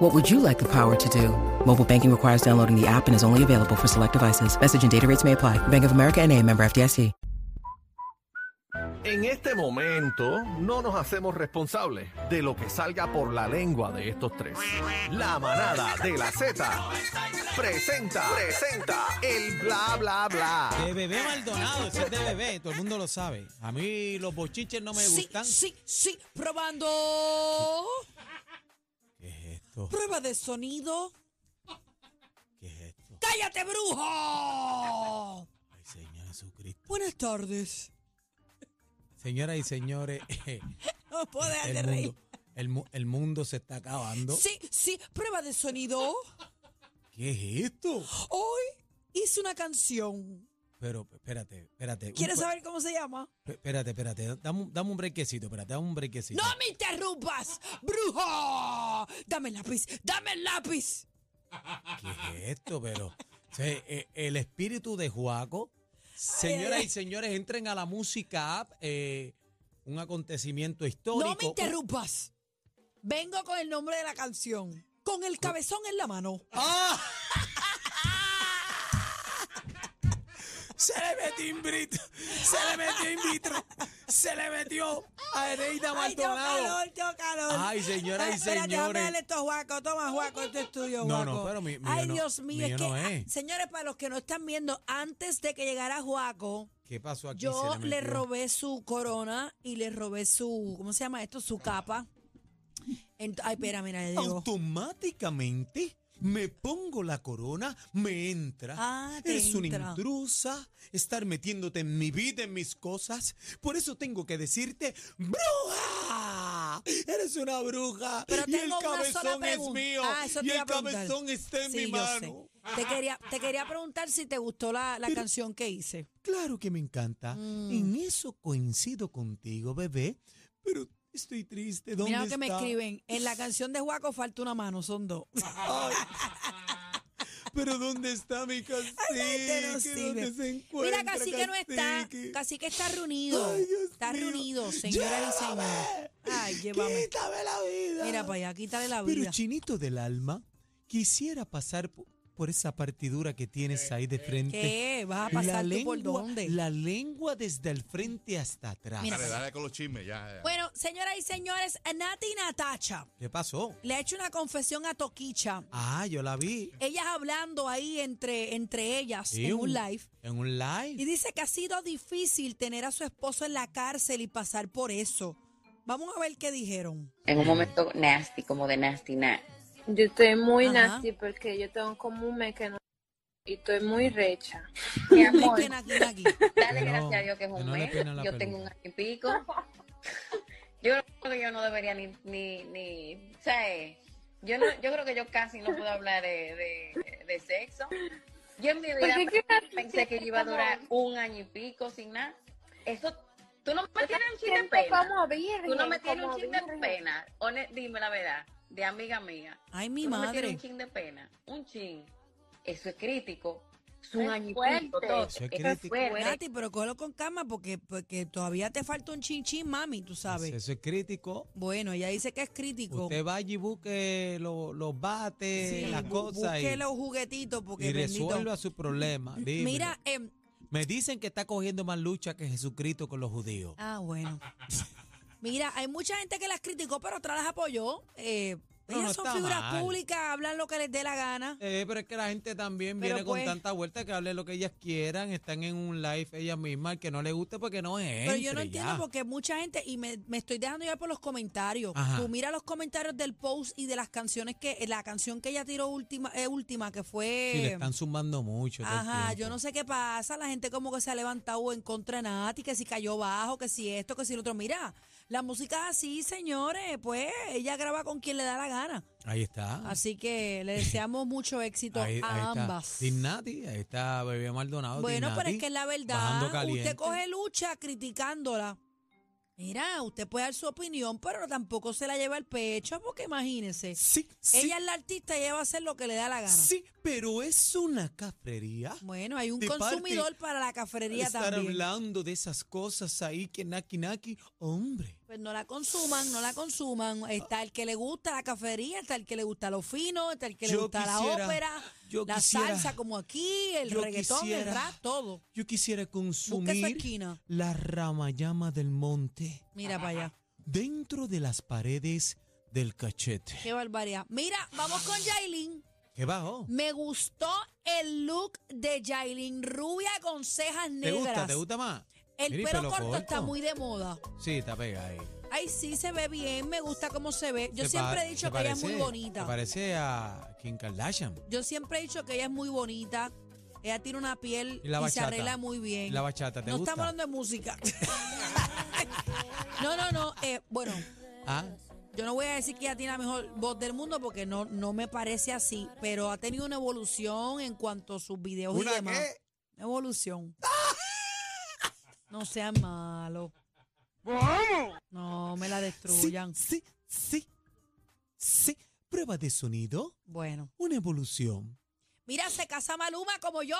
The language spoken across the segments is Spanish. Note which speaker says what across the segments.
Speaker 1: What would you like the power to do? Mobile banking requires downloading the app and is only available for select devices. Message and data rates may apply. Bank of America and a member FDIC.
Speaker 2: En este momento no nos hacemos responsables de lo que salga por la lengua de estos tres. La manada de la Z presenta, presenta el bla bla bla.
Speaker 3: De bebé Maldonado, ese es de bebé, todo el mundo lo sabe. A mí los bochinches no me
Speaker 4: sí,
Speaker 3: gustan.
Speaker 4: sí, sí, probando.
Speaker 3: ¿Qué es esto?
Speaker 4: Prueba de sonido.
Speaker 3: ¿Qué es esto?
Speaker 4: ¡Cállate, brujo!
Speaker 3: Ay, Señor Jesucristo.
Speaker 4: Buenas tardes.
Speaker 3: Señoras y señores,
Speaker 4: No puedo dejar de
Speaker 3: el
Speaker 4: reír.
Speaker 3: mundo, el, mu- el mundo se está acabando.
Speaker 4: Sí, sí, prueba de sonido.
Speaker 3: ¿Qué es esto?
Speaker 4: Hoy hice una canción.
Speaker 3: Pero espérate, espérate. un
Speaker 4: ¿Quieres
Speaker 3: pa-
Speaker 4: saber cómo se llama?
Speaker 3: Espérate, espérate. Dame, un- dame un brequecito, espérate, dame un brequecito.
Speaker 4: ¡No me interrumpas, brujo! Dame el lápiz, dame el lápiz.
Speaker 3: ¿Qué es esto? Pero o sea, eh, el espíritu de Juaco. Señoras
Speaker 4: ay,
Speaker 3: y señores, entren a la música app. eh, un acontecimiento histórico.
Speaker 4: No me interrumpas. Vengo con el nombre de la canción. Con el cabezón en la mano.
Speaker 3: Ah. Se le metió Imbrit, se le metió Invitro, se le metió a Eneida
Speaker 4: Ay, tengo
Speaker 3: Maldonado.
Speaker 4: calor, tengo calor.
Speaker 3: Ay, señoras y
Speaker 4: Ay, espérate, Déjame
Speaker 3: señores.
Speaker 4: darle esto a Juaco. Toma, Juaco, esto es tuyo,
Speaker 3: No,
Speaker 4: Juaco.
Speaker 3: no, pero mi- mío
Speaker 4: Ay,
Speaker 3: no-
Speaker 4: Dios mío,
Speaker 3: mío
Speaker 4: es
Speaker 3: no
Speaker 4: que, ah,
Speaker 3: es.
Speaker 4: señores, para los que no están viendo, antes de que llegara Juaco,
Speaker 3: ¿Qué pasó aquí?
Speaker 4: yo
Speaker 3: Se
Speaker 4: le,
Speaker 3: metió.
Speaker 4: robé su corona y le robé su, ¿cómo se llama esto? Su capa. Ent- Ay, espera, mira, ya llegó.
Speaker 3: Automáticamente me pongo la corona, me entra.
Speaker 4: Ah, te
Speaker 3: Eres una
Speaker 4: entra.
Speaker 3: intrusa, estar metiéndote en mi vida, en mis cosas. Por eso tengo que decirte, ¡bruja! Eres una bruja.
Speaker 4: Pero
Speaker 3: y el
Speaker 4: tengo una sola
Speaker 3: cabezón es
Speaker 4: pregunta.
Speaker 3: mío.
Speaker 4: Ah, eso te
Speaker 3: y
Speaker 4: iba
Speaker 3: el
Speaker 4: a preguntar.
Speaker 3: cabezón está en
Speaker 4: Sí,
Speaker 3: mi
Speaker 4: yo sé.
Speaker 3: mano.
Speaker 4: Te quería, te quería preguntar si te gustó la, la canción que hice.
Speaker 3: Claro que me encanta.
Speaker 4: Mm.
Speaker 3: En eso coincido contigo, bebé. Pero estoy triste. ¿Dónde
Speaker 4: Mira lo que me
Speaker 3: está?
Speaker 4: escriben. En la canción de Juaco falta una mano, son dos.
Speaker 3: Ay. Pero ¿dónde está mi cacique?
Speaker 4: Este no sirve.
Speaker 3: ¿Dónde se encuentra?
Speaker 4: Mira, cacique no está.
Speaker 3: cacique?
Speaker 4: Cacique está reunido.
Speaker 3: Ay, Dios
Speaker 4: está
Speaker 3: mío.
Speaker 4: reunido, señora y señor.
Speaker 3: Llévame.
Speaker 4: Ay, llévame.
Speaker 3: Quítame la vida.
Speaker 4: Mira para allá, quítale la vida.
Speaker 3: Pero chinito del alma, quisiera pasar po- por esa partidura que tienes ahí de frente.
Speaker 4: ¿Qué? ¿Vas a pasar tú por dónde?
Speaker 3: La lengua desde el frente hasta atrás.
Speaker 4: Mira.
Speaker 5: Dale, dale con los chismes, ya. ya.
Speaker 4: Bueno, señoras y señores, Nati Natacha
Speaker 3: ¿Qué pasó?
Speaker 4: le ha hecho una confesión a Toquicha.
Speaker 3: Ah, yo la vi.
Speaker 4: Ellas hablando ahí entre, entre ellas
Speaker 3: Sí,
Speaker 4: en un live.
Speaker 3: En un live.
Speaker 4: Y dice que ha sido difícil tener a su esposo en la cárcel y pasar por eso. Vamos a ver qué dijeron.
Speaker 6: en un momento nasty, como de nasty nat.
Speaker 7: Yo estoy muy
Speaker 4: Ajá.
Speaker 7: nasty porque yo tengo como un mes que no... Y estoy muy recha.
Speaker 6: Mi
Speaker 4: Es
Speaker 6: amor,
Speaker 4: que Naki, Naki.
Speaker 6: dale
Speaker 3: Que no-
Speaker 6: gracias a Dios que es
Speaker 3: que
Speaker 6: un
Speaker 3: no le
Speaker 6: mes.
Speaker 3: peinan la
Speaker 6: yo tengo un
Speaker 3: peluca.
Speaker 6: año y pico. Yo creo que yo no debería ni, ni, ni, ¿sabes? Yo, no, yo creo que yo casi no puedo hablar de, de, de sexo. Yo en mi vida
Speaker 7: Porque qué nasty
Speaker 6: pensé que yo iba a
Speaker 7: como-
Speaker 6: durar un año y pico sin nada. Eso, tú no me tienes un chiste de
Speaker 7: Siento
Speaker 6: pena.
Speaker 7: como virgen,
Speaker 6: Tú no me tienes
Speaker 7: como
Speaker 6: un chiste de
Speaker 7: virgen.
Speaker 6: pena. Hone- dime la verdad, de amiga mía.
Speaker 4: Ay, mi
Speaker 6: Tú no me tienes
Speaker 4: madre.
Speaker 6: un chin de pena, un chin. Eso es crítico. Es un
Speaker 7: Es
Speaker 6: año y
Speaker 7: fuerte.
Speaker 6: pico, todo.
Speaker 3: Eso es
Speaker 6: Eso
Speaker 3: crítico.
Speaker 6: fuerte.
Speaker 4: Nati, pero cógelo con calma porque, porque todavía te falta un chinchín, mami, tú sabes.
Speaker 3: Eso es crítico.
Speaker 4: Bueno, ella dice que es crítico.
Speaker 3: Usted vaya y busque lo- los bates,
Speaker 4: Sí,
Speaker 3: las
Speaker 4: bu-
Speaker 3: cosas y,
Speaker 4: busque los juguetitos porque
Speaker 3: y
Speaker 4: bendito.
Speaker 3: resuelva su problema. Dímelo.
Speaker 4: Mira, em,
Speaker 3: Me dicen que está cogiendo más lucha que Jesucristo con los judíos.
Speaker 4: ah, bueno. Mira, hay mucha gente que las criticó, pero otras las apoyó. Eh,
Speaker 3: No,
Speaker 4: ellas
Speaker 3: no
Speaker 4: son
Speaker 3: está
Speaker 4: figuras
Speaker 3: mal.
Speaker 4: públicas, hablan lo que les dé la gana.
Speaker 3: Eh, pero es que la gente también
Speaker 4: Pero
Speaker 3: viene
Speaker 4: pues-
Speaker 3: con tanta vuelta que hable lo que ellas quieran, están en un live ellas mismas, el que no le guste porque no es.
Speaker 4: Pero yo no entiendo porque mucha gente, y me, me estoy dejando llevar por los comentarios.
Speaker 3: Ajá.
Speaker 4: Tú mira los comentarios del post y de las canciones que, la canción que ella tiró última, eh, última que fue.
Speaker 3: le están sumando mucho. todo el
Speaker 4: Ajá,
Speaker 3: tiempo.
Speaker 4: yo no sé qué pasa, la gente como que se ha levantado en contra de Nati, que si cayó bajo, que si esto, que si lo otro. Mira, la música es así, señores, pues ella graba con quien le da la gana.
Speaker 3: Ahí está.
Speaker 4: Así que le deseamos mucho éxito
Speaker 3: Ah. ahí,
Speaker 4: a
Speaker 3: ahí está.
Speaker 4: ambas.
Speaker 3: Dignati, ahí está Bebé Maldonado.
Speaker 4: Bueno, pero
Speaker 3: Dignati,
Speaker 4: es que es la
Speaker 3: bajando
Speaker 4: verdad,
Speaker 3: caliente.
Speaker 4: usted coge escucha criticándola, mira, usted puede dar su opinión, pero tampoco se la lleva al pecho, porque imagínese.
Speaker 3: Sí, sí,
Speaker 4: Ella es la artista y ella va a hacer lo que le da la gana.
Speaker 3: sí, pero es una cafrería.
Speaker 4: Bueno, hay un
Speaker 3: De parte-
Speaker 4: consumidor para la cafrería
Speaker 3: Estar
Speaker 4: también.
Speaker 3: hablando de esas cosas ahí que naki naki, hombre.
Speaker 4: Pues no la consuman, no la consuman. Está el que le gusta la cafetería, está el que le gusta lo fino, está el que le
Speaker 3: Yo
Speaker 4: gusta la
Speaker 3: quisiera-
Speaker 4: ópera,
Speaker 3: yo
Speaker 4: la
Speaker 3: quisiera-
Speaker 4: salsa como aquí, el
Speaker 3: yo
Speaker 4: reggaetón, el
Speaker 3: quisiera-
Speaker 4: rap, todo.
Speaker 3: Yo quisiera
Speaker 4: Busca esa
Speaker 3: consumir
Speaker 4: esquina.
Speaker 3: la ramayama del monte
Speaker 4: Mira para allá.
Speaker 3: dentro de las paredes del cachete.
Speaker 4: Qué barbaridad. Mira, vamos con Jailin.
Speaker 3: ¿Qué oh? bajo?
Speaker 4: Me gustó el look de Jailin, rubia con cejas
Speaker 3: ¿Te
Speaker 4: negras.
Speaker 3: gusta? ¿Te gusta más?
Speaker 4: El
Speaker 3: Mira, y
Speaker 4: pelo corto está
Speaker 3: corto.
Speaker 4: muy de moda.
Speaker 3: Sí, está pega ahí.
Speaker 4: Ay, sí, se ve bien, me gusta cómo se ve. Yo
Speaker 3: Se
Speaker 4: siempre
Speaker 3: pa-
Speaker 4: he dicho
Speaker 3: se
Speaker 4: que ella es muy
Speaker 3: parece-
Speaker 4: bonita.
Speaker 3: Se parece a Kim Kardashian.
Speaker 4: Yo siempre he dicho que ella es muy bonita. Ella tiene una piel
Speaker 3: ¿Y
Speaker 4: y,
Speaker 3: la
Speaker 4: se
Speaker 3: bachata?
Speaker 4: arregla muy
Speaker 3: ¿Y
Speaker 4: bien.
Speaker 3: la bachata te
Speaker 4: no
Speaker 3: gusta?
Speaker 4: estamos hablando de música. no, no, no. eh, bueno,
Speaker 3: Ah,
Speaker 4: yo no voy a decir que ella tiene la mejor voz del mundo porque no, no me parece así. Pero ha tenido una evolución en cuanto a sus videos y demás. Una Evolución. No sean malos. No, me la
Speaker 3: sí,
Speaker 4: destruyan.
Speaker 3: sí, sí, sí. Prueba de sonido,
Speaker 4: Bueno.
Speaker 3: una evolución.
Speaker 4: Mira, se casa Maluma como yo.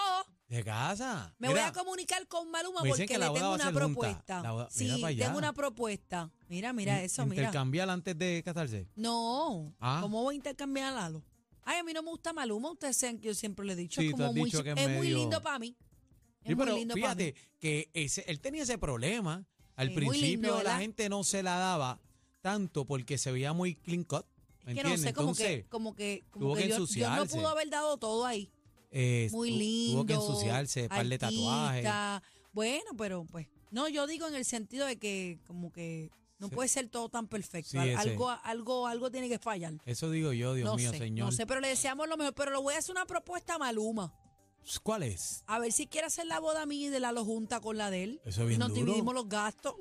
Speaker 3: De casa.
Speaker 4: Me
Speaker 3: Mira,
Speaker 4: voy a comunicar con Maluma
Speaker 3: me dicen
Speaker 4: porque
Speaker 3: que
Speaker 4: le
Speaker 3: la boda
Speaker 4: tengo
Speaker 3: va a
Speaker 4: una
Speaker 3: ser junta.
Speaker 4: propuesta.
Speaker 3: La boda- mira
Speaker 4: sí,
Speaker 3: para allá.
Speaker 4: tengo una propuesta. Mira, mira
Speaker 3: in-
Speaker 4: eso, mira.
Speaker 3: Intercambiar antes de casarse.
Speaker 4: No,
Speaker 3: Ah.
Speaker 4: ¿cómo voy a intercambiar a Lalo? Ay, a mí no me gusta Maluma, ustedes saben que yo siempre le he dicho,
Speaker 3: Sí,
Speaker 4: es
Speaker 3: tú
Speaker 4: como
Speaker 3: has
Speaker 4: muy,
Speaker 3: dicho que
Speaker 4: es
Speaker 3: es
Speaker 4: muy
Speaker 3: medio-
Speaker 4: lindo para mí. Es
Speaker 3: Sí,
Speaker 4: muy
Speaker 3: pero
Speaker 4: lindo para mí.
Speaker 3: fíjate que ese, él tenía ese problema. Al
Speaker 4: Sí, muy lindo,
Speaker 3: principio la
Speaker 4: ¿verdad?
Speaker 3: gente no se la daba tanto porque se veía muy clean cut. ¿me
Speaker 4: Es que no
Speaker 3: entiendes?
Speaker 4: sé, como
Speaker 3: Entonces,
Speaker 4: que, como que, como
Speaker 3: tuvo que
Speaker 4: yo, yo no
Speaker 3: ensuciarse.
Speaker 4: pudo haber dado todo ahí.
Speaker 3: eh,
Speaker 4: Muy
Speaker 3: tu-
Speaker 4: lindo.
Speaker 3: Tuvo que ensuciarse, par de tatuajes.
Speaker 4: artista. Bueno, pero pues, no, yo digo en el sentido de que como que no puede ser todo tan perfecto.
Speaker 3: Sí,
Speaker 4: Al-
Speaker 3: ese.
Speaker 4: algo, algo, algo tiene que fallar.
Speaker 3: Eso digo yo, Dios
Speaker 4: no
Speaker 3: mío,
Speaker 4: sé,
Speaker 3: señor.
Speaker 4: No sé, pero le deseamos lo mejor. Pero le voy a hacer una propuesta a Maluma.
Speaker 3: ¿Cuál es?
Speaker 4: A ver si quiere hacer la boda mía y de la lo junta con la de él.
Speaker 3: Eso es Eh, bien
Speaker 4: Nos
Speaker 3: duro.
Speaker 4: dividimos los gastos.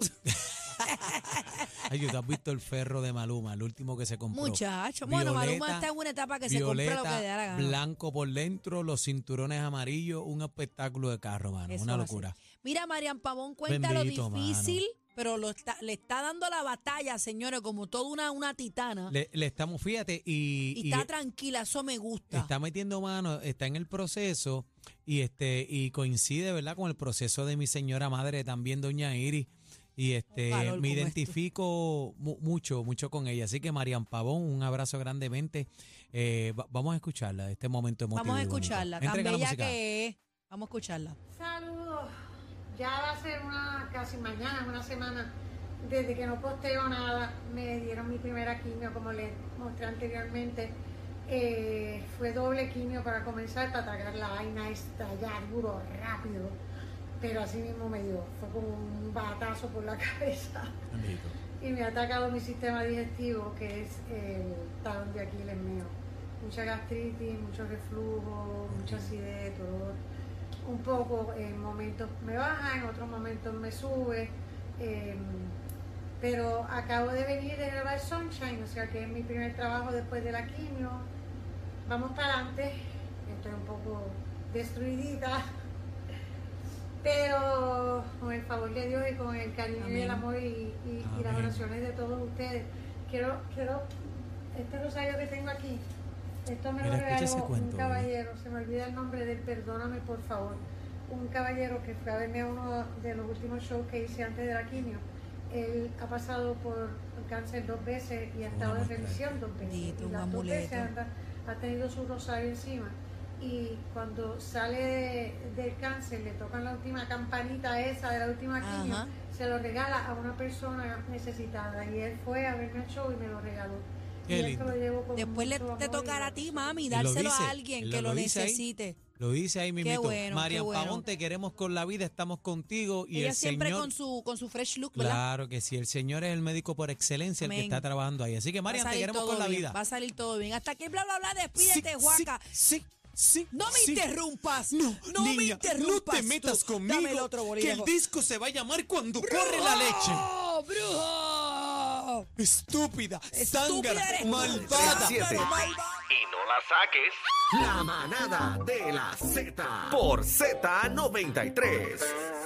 Speaker 3: Ay, tú has visto el ferro de Maluma, el último que se compró.
Speaker 4: Muchacho. Bueno, Maluma
Speaker 3: Violeta-
Speaker 4: está en una etapa que se compra lo
Speaker 3: Violeta,
Speaker 4: que le da la gana.
Speaker 3: blanco por dentro, los cinturones amarillos, un espectáculo de carro, mano.
Speaker 4: Eso
Speaker 3: una
Speaker 4: va a ser.
Speaker 3: locura.
Speaker 4: Mira, Marian Pavón cuenta
Speaker 3: Bendito,
Speaker 4: lo difícil, pero lo está- le está dando la batalla, señores, como toda una, una titana.
Speaker 3: Le, le estamos, fíjate, y,
Speaker 4: y
Speaker 3: y
Speaker 4: está tranquila, eso me gusta.
Speaker 3: está metiendo mano, está en el proceso y este y coincide, ¿verdad? Con el proceso de mi señora madre también, doña Iris. Y este
Speaker 4: calor
Speaker 3: me
Speaker 4: como
Speaker 3: identifico mu- mucho, mucho con ella. Así que Marian Pavón, un abrazo grandemente. Eh, va- vamos a escucharla, este momento emotivo.
Speaker 4: Vamos a
Speaker 3: y bonito.
Speaker 4: escucharla, tan
Speaker 3: Entrega la
Speaker 4: bella
Speaker 3: música.
Speaker 4: que es. Vamos a escucharla.
Speaker 5: Saludos. Ya va a ser una casi mañana, una semana desde que no posteo nada. Me dieron mi primera quimio, como les mostré anteriormente. Eh, fue doble quimio para comenzar, para atacar la vaina, estallar duro, rápido. Pero así mismo me dio. Fue como un batazo por la cabeza.
Speaker 3: Bendito.
Speaker 5: Y me ha atacado mi sistema digestivo, que es el talón de Aquiles mío. Mucha gastritis, mucho reflujo, mucha acidez, dolor. Un poco en momentos me baja, en otros momentos me sube. eh, pero acabo de venir de grabar Sunshine, o sea que es mi primer trabajo después de la quimio. Vamos para adelante. Estoy un poco destruidita. Pero con el favor de Dios y con el cariño y
Speaker 4: Amén.
Speaker 5: el amor y, y- y las
Speaker 3: Amén.
Speaker 5: oraciones de todos ustedes. Quiero, quiero, este rosario que tengo aquí, esto me
Speaker 3: Mira,
Speaker 5: lo
Speaker 3: escucha ese
Speaker 5: regaló un
Speaker 3: cuento, eh. Gaby.
Speaker 5: caballero, se me olvida el nombre del perdóname por favor, un caballero que fue a verme a uno de los últimos shows que hice antes de la quimio. Él ha pasado por cáncer dos veces y ha estado en
Speaker 3: muestra.
Speaker 5: revisión dos veces.
Speaker 4: Bendito,
Speaker 5: y
Speaker 4: un
Speaker 5: las dos veces
Speaker 4: amuleto.
Speaker 5: anda- ha tenido su rosario encima y cuando sale de- del cáncer le tocan la última campanita esa de la última quimio,
Speaker 4: Ajá.
Speaker 5: se lo regala a una persona necesitada y él fue a verme al show y me lo regaló.
Speaker 3: Qué
Speaker 5: y
Speaker 3: lindo.
Speaker 5: esto lo llevo con
Speaker 4: Después le,
Speaker 5: mucho
Speaker 4: te
Speaker 5: amor y
Speaker 4: tocará a ti,
Speaker 5: devoción.
Speaker 4: mami,
Speaker 3: lo
Speaker 4: dárselo
Speaker 3: dice,
Speaker 4: a alguien
Speaker 3: él
Speaker 4: que
Speaker 3: lo
Speaker 4: lo
Speaker 3: dice ahí.
Speaker 4: necesite.
Speaker 3: Lo dice ahí mismito.
Speaker 4: bueno, qué
Speaker 3: Marian
Speaker 4: bueno.
Speaker 3: Pavón, te queremos con la vida, estamos contigo y
Speaker 4: Ella
Speaker 3: el
Speaker 4: siempre
Speaker 3: Señor.
Speaker 4: con su con su fresh look, ¿verdad?
Speaker 3: Claro que sí, el Señor es el médico por excelencia, el
Speaker 4: Amén.
Speaker 3: que está trabajando ahí. Así que
Speaker 4: Va a
Speaker 3: Marian, te
Speaker 4: salir
Speaker 3: queremos
Speaker 4: todo
Speaker 3: con la
Speaker 4: bien,
Speaker 3: vida.
Speaker 4: Va a salir todo bien. Hasta aquí, bla, bla, bla.
Speaker 3: Sí,
Speaker 4: Despídete, Juaca.
Speaker 3: Sí, sí, sí,
Speaker 4: No me
Speaker 3: sí.
Speaker 4: interrumpas. No, me
Speaker 3: niña,
Speaker 4: interrumpas.
Speaker 3: No te metas
Speaker 4: tú.
Speaker 3: conmigo.
Speaker 4: Dame el otro
Speaker 3: que el
Speaker 4: bolígrafo.
Speaker 3: disco se va a llamar cuando corre la leche.
Speaker 4: ¡Oh, brujo!
Speaker 3: Estúpida,
Speaker 4: Estúpida
Speaker 3: zángara,
Speaker 4: eres tú.
Speaker 3: malvada.
Speaker 4: Zángara, malvada.
Speaker 2: Y no la saques. La manada de la Z por Z93.